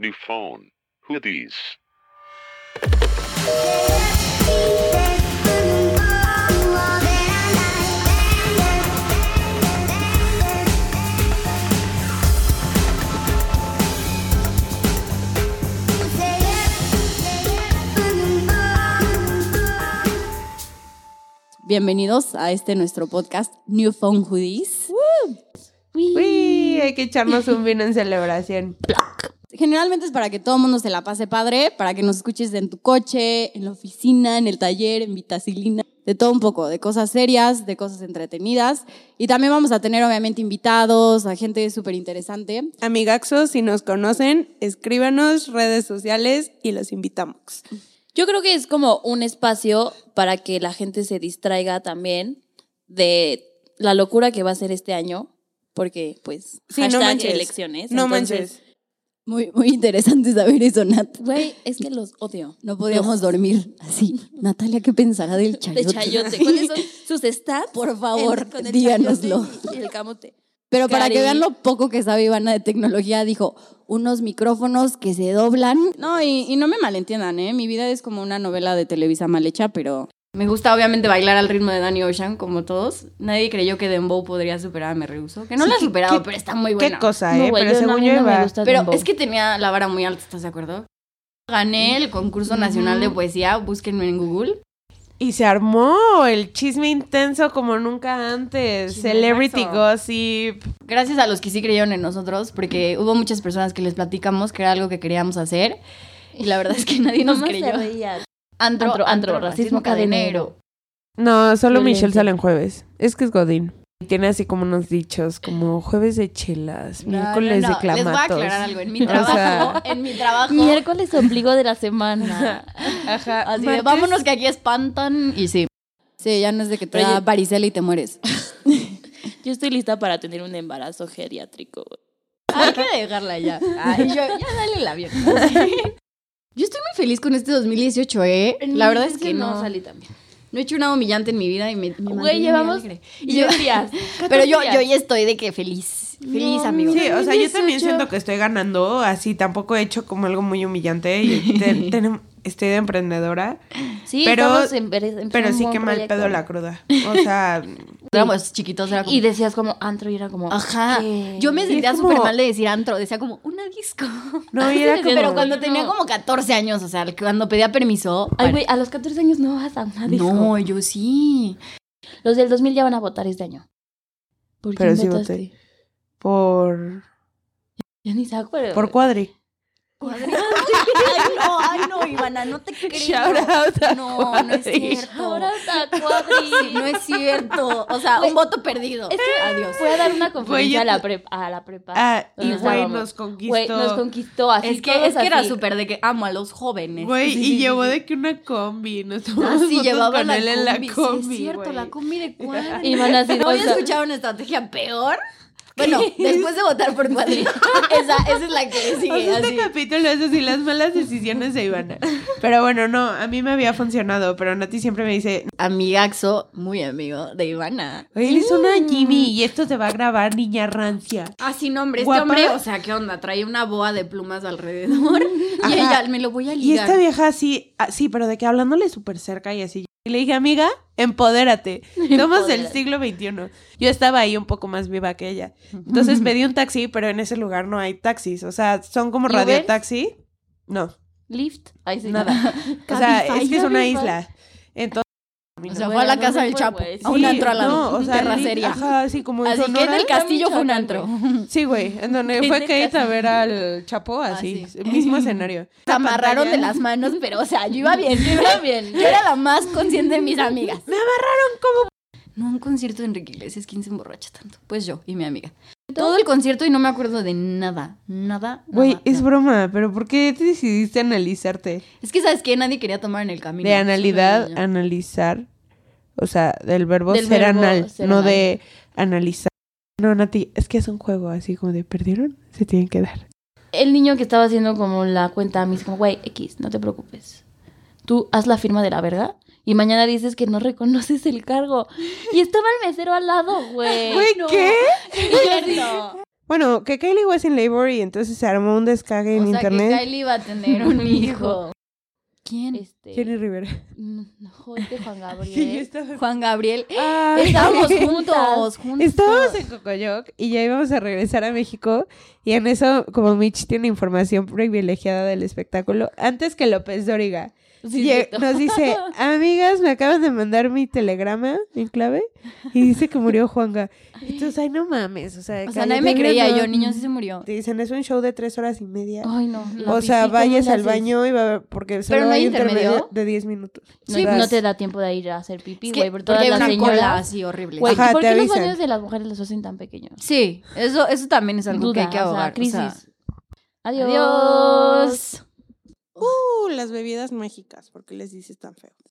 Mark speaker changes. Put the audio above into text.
Speaker 1: New phone. Who these?
Speaker 2: Bienvenidos a este nuestro podcast New Phone Hoodies. Uy.
Speaker 3: Uy, hay que echarnos un vino en celebración.
Speaker 2: Generalmente es para que todo el mundo se la pase padre, para que nos escuches en tu coche, en la oficina, en el taller, en Vitacilina, de todo un poco, de cosas serias, de cosas entretenidas. Y también vamos a tener obviamente invitados, a gente súper interesante.
Speaker 3: Amigaxos, si nos conocen, escríbanos redes sociales y los invitamos.
Speaker 4: Yo creo que es como un espacio para que la gente se distraiga también de la locura que va a ser este año, porque pues
Speaker 3: Sí, no
Speaker 4: hashtag
Speaker 3: manches.
Speaker 4: elecciones.
Speaker 3: No
Speaker 4: entonces,
Speaker 3: manches.
Speaker 2: Muy, muy interesante saber eso, Nat.
Speaker 4: Güey, es que los odio.
Speaker 2: No podíamos dormir así. Natalia, ¿qué pensará del chayote?
Speaker 4: De chayote. ¿Cuáles son sus stats?
Speaker 2: Por favor,
Speaker 4: En- con el
Speaker 2: díganoslo.
Speaker 4: chayote Y el camote.
Speaker 2: Pero para que
Speaker 4: Cari.
Speaker 2: vean lo poco que sabe Ivana de tecnología, dijo, unos micrófonos que se doblan. No, y, y no me malentiendan, ¿eh? Mi vida es como una novela de Televisa mal hecha, pero... Me gusta obviamente bailar al ritmo de Danny Ocean, como todos. Nadie creyó que Dembow podría superar a Me Rehuso, que no la ha superado, pero está muy
Speaker 3: Qué
Speaker 2: buena.
Speaker 3: cosa,
Speaker 4: No,
Speaker 3: ¿eh?
Speaker 4: güey,
Speaker 3: Pero
Speaker 4: yo no, a
Speaker 3: según
Speaker 4: mí
Speaker 3: yo
Speaker 4: no me
Speaker 3: iba.
Speaker 4: gusta
Speaker 2: Pero
Speaker 4: Dumbo.
Speaker 2: es que tenía la vara muy alta, ¿estás de acuerdo? Gané el concurso nacional de poesía, búsquenme en Google.
Speaker 3: Y se armó el chisme intenso como nunca antes.
Speaker 2: Chisme
Speaker 3: Celebrity
Speaker 2: intenso.
Speaker 3: gossip.
Speaker 2: Gracias a los que sí creyeron en nosotros, porque hubo muchas personas que les platicamos que era algo que queríamos hacer. Y la verdad es que nadie nos
Speaker 4: Nomás
Speaker 2: creyó.
Speaker 4: se reía.
Speaker 2: Antro,
Speaker 4: Antro, antro, racismo cadenero.
Speaker 3: No, solo Michelle
Speaker 4: Violencia.
Speaker 3: sale en jueves. Es que es Godín. Tiene así como unos dichos, como jueves de chelas,
Speaker 2: No, no,
Speaker 3: miércoles
Speaker 2: no,
Speaker 3: de clamatos.
Speaker 2: Les voy a aclarar algo. En mi
Speaker 3: O
Speaker 2: trabajo,
Speaker 3: sea-
Speaker 2: en mi trabajo,
Speaker 4: Miércoles ombligo de la semana.
Speaker 3: Ajá.
Speaker 4: Así de
Speaker 3: Martes-
Speaker 4: vámonos que aquí espantan y sí.
Speaker 2: Sí, ya no es de que te
Speaker 4: Pero
Speaker 2: da
Speaker 4: yo-
Speaker 2: varicela y te mueres.
Speaker 4: Yo estoy lista para tener un embarazo geriátrico. Hay que dejarla ya.
Speaker 2: Ay, yo- ya dale la bien. Yo estoy muy feliz con este 2018, ¿eh? La verdad es que no.
Speaker 4: salí también.
Speaker 2: No he hecho una humillante en mi vida y me. me mantiene muy
Speaker 4: Güey, llevamos
Speaker 2: alegre. Y yo-
Speaker 4: 10 días.
Speaker 2: pero yo, yo ya estoy de que feliz. Feliz,
Speaker 4: No,
Speaker 2: amigo.
Speaker 3: Sí, o sea, yo también
Speaker 4: 2018.
Speaker 3: siento que estoy ganando, así tampoco he hecho como algo muy humillante y te- tenem- estoy de emprendedora,
Speaker 4: Sí,
Speaker 3: pero-
Speaker 4: estamos en, en-
Speaker 3: pero
Speaker 4: en
Speaker 3: sí
Speaker 4: un
Speaker 3: que mal
Speaker 4: proyecto.
Speaker 3: pedo la cruda. O sea,
Speaker 2: Éramos chiquitos, era como.
Speaker 4: Y decías como antro y era como.
Speaker 2: Ajá.
Speaker 4: ¿qué?
Speaker 2: Yo me
Speaker 3: es
Speaker 2: sentía
Speaker 3: como-
Speaker 2: súper mal de decir antro. Decía como una disco.
Speaker 3: no, y era como...
Speaker 2: Pero cuando
Speaker 4: No.
Speaker 2: tenía como 14 años, o sea, cuando pedía permiso.
Speaker 4: Ay, güey, a los 14 años no vas a una disco.
Speaker 2: No, yo sí.
Speaker 4: Los del 2000 ya van a votar este año. ¿Por
Speaker 3: Pero
Speaker 4: quién
Speaker 3: sí
Speaker 4: votaste?
Speaker 3: voté. Por,
Speaker 4: Ya ni se acuerda.
Speaker 3: por cuadri.
Speaker 2: ay, no, ay, no, Ivana, no te creo. No, no es
Speaker 3: Cuadri.
Speaker 2: cierto.
Speaker 4: Ahora está cuadri.
Speaker 2: Sí, no es cierto. O sea, un voto perdido. Adiós.
Speaker 4: Fue a dar una
Speaker 3: Güey, yo
Speaker 4: conferencia a la,
Speaker 3: te-
Speaker 4: prep- a la prepa.
Speaker 3: Ah, y
Speaker 4: ¿Dónde
Speaker 3: güey,
Speaker 4: estábamos?
Speaker 3: nos conquistó.
Speaker 4: Güey, nos conquistó así.
Speaker 2: Es que,
Speaker 4: todos
Speaker 2: es que era
Speaker 4: así.
Speaker 2: súper de que amo a los jóvenes.
Speaker 3: Güey,
Speaker 2: Sí,
Speaker 3: y
Speaker 2: sí, sí,
Speaker 3: llevó
Speaker 2: sí.
Speaker 3: de que una combi, nos
Speaker 2: Ah,
Speaker 3: tomamos
Speaker 2: sí,
Speaker 3: fotos
Speaker 2: llevaba
Speaker 3: con
Speaker 2: la
Speaker 3: él
Speaker 2: combi.
Speaker 3: en la
Speaker 2: sí,
Speaker 3: combi.
Speaker 2: es cierto,
Speaker 3: güey.
Speaker 2: la combi de cuadri.
Speaker 4: Y van así,
Speaker 2: ¿No
Speaker 4: o
Speaker 2: había
Speaker 4: sea-
Speaker 2: escuchado una estrategia peor? Bueno, después de votar por cuadri. Esa, esa es la que le
Speaker 3: O
Speaker 2: sigue
Speaker 3: sea, este
Speaker 2: así.
Speaker 3: capítulo es así, las malas decisiones de Ivana. Pero bueno, no, a mí me había funcionado, pero Nati siempre me dice,
Speaker 2: Amigaxo, muy amigo de Ivana.
Speaker 3: Oye, eres una
Speaker 2: Mm.
Speaker 3: Jimmy y esto te va a grabar, niña rancia.
Speaker 2: Ah, sí, no, hombre, este
Speaker 3: Guapa.
Speaker 2: hombre, o sea, ¿qué onda? Traía una boa de plumas alrededor y
Speaker 3: Ajá.
Speaker 2: ella, me lo voy a
Speaker 3: Y
Speaker 2: ligar.
Speaker 3: esta vieja así, ah, sí, pero de que hablándole súper cerca y así. Y le dije, amiga, empodérate. Somos del
Speaker 4: Empodérate.
Speaker 3: siglo XXI. Yo estaba ahí un poco más viva que ella. Entonces pedí un taxi, pero en ese lugar no hay taxis. O sea, son como
Speaker 4: ¿Y Uber?
Speaker 3: radiotaxi. No,
Speaker 4: Lift. Ahí sí.
Speaker 3: nada. O sea,
Speaker 4: Cabify,
Speaker 3: es que es una
Speaker 4: Cabify.
Speaker 3: isla. Entonces,
Speaker 2: O sea,
Speaker 4: Güey,
Speaker 2: fue a
Speaker 4: ¿a
Speaker 2: la
Speaker 4: dónde
Speaker 2: casa del
Speaker 4: fue,
Speaker 2: Chapo,
Speaker 4: güey?
Speaker 2: a un
Speaker 3: sí,
Speaker 2: antro a la
Speaker 3: no, o sea,
Speaker 2: terracería.
Speaker 3: Ajá, así como en
Speaker 2: Así que en
Speaker 3: Sonora.
Speaker 2: el castillo fue un antro.
Speaker 3: Sí, güey, en donde
Speaker 4: En
Speaker 3: fue
Speaker 4: el
Speaker 3: Kate a
Speaker 4: castillo.
Speaker 3: ver al Chapo, así,
Speaker 2: Así.
Speaker 3: mismo escenario.
Speaker 2: Ah, Se amarraron
Speaker 3: pantalla.
Speaker 2: de las manos, pero, o sea, yo iba bien, yo iba bien. Yo era la más consciente de mis amigas.
Speaker 3: Me amarraron como...
Speaker 2: No, un concierto de Enrique Iglesias, ¿quién se emborracha tanto? Pues yo y mi amiga. Todo el concierto y no me acuerdo de nada, nada.
Speaker 3: Güey,
Speaker 2: nada,
Speaker 3: es
Speaker 2: nada.
Speaker 3: broma, pero ¿por qué te decidiste analizarte?
Speaker 2: Es que, ¿sabes qué? Nadie quería tomar en el camino.
Speaker 3: De
Speaker 2: Solo
Speaker 3: analidad,
Speaker 2: ella.
Speaker 3: analizar, o sea, del verbo
Speaker 4: Del
Speaker 3: ser
Speaker 4: verbo
Speaker 3: anal,
Speaker 4: ser
Speaker 3: no
Speaker 4: anal.
Speaker 3: de analizar. No, Nati, es que es un juego así como de perdieron, se tienen que dar.
Speaker 4: El niño que estaba haciendo como la cuenta me dice como, güey, X, no te preocupes. Tú haz la firma de la verga y mañana dices que no reconoces el cargo. Y estaba el mesero al lado, güey.
Speaker 3: Güey, ¿qué?
Speaker 4: Y yo así,
Speaker 3: Bueno, que Kylie West en labor y entonces se armó un descague en
Speaker 4: o sea
Speaker 3: internet.
Speaker 4: que Kylie va a tener un hijo.
Speaker 2: ¿Quién?
Speaker 4: Este,
Speaker 3: Jenny Rivera.
Speaker 4: no, joder, Juan Gabriel.
Speaker 3: Sí, yo estaba-
Speaker 2: Juan Gabriel.
Speaker 3: Ay,
Speaker 2: Estábamos
Speaker 3: güey.
Speaker 2: juntos, juntos.
Speaker 3: Estábamos en Cocoyoc y ya íbamos a regresar a México. Y en eso, como Mitch tiene información privilegiada del espectáculo, antes que López Dóriga,
Speaker 4: Sí,
Speaker 3: lle-
Speaker 4: cierto.
Speaker 3: nos dice: Amigas, me acaban de mandar mi telegrama en clave y dice que murió Juanga. Entonces, ay, no mames. O sea,
Speaker 2: O sea, nadie me creía,
Speaker 3: cállate,
Speaker 2: yo
Speaker 3: no.
Speaker 2: niño sí se murió.
Speaker 3: Te dicen: Es un show de tres horas y media.
Speaker 2: Ay, no. la
Speaker 3: o sea,
Speaker 2: pipí, ¿cómo
Speaker 3: vayas
Speaker 2: le
Speaker 3: al
Speaker 2: haces?
Speaker 3: baño y va a haber- porque solo
Speaker 2: no hay
Speaker 3: hay
Speaker 2: intermedio.
Speaker 3: intermedio de 10 minutos.
Speaker 4: No,
Speaker 3: O sea,
Speaker 4: pues, no te da tiempo de ir a hacer pipí,
Speaker 2: Es
Speaker 4: güey,
Speaker 2: que-
Speaker 4: por
Speaker 2: porque
Speaker 4: todas
Speaker 2: hay
Speaker 4: las
Speaker 2: una cola
Speaker 4: señoras.
Speaker 2: así horrible.
Speaker 4: Güey,
Speaker 3: Ajá,
Speaker 4: ¿y ¿por
Speaker 3: te
Speaker 4: qué los
Speaker 3: avisan.
Speaker 4: baños de las mujeres los hacen tan pequeños?
Speaker 2: Sí, eso, eso también es algo que hay que
Speaker 4: o sea,
Speaker 2: ahogar. o
Speaker 4: crisis.
Speaker 2: sea,
Speaker 4: Adiós.
Speaker 2: Adiós.
Speaker 3: Uh, las bebidas mágicas, porque les dices tan feo.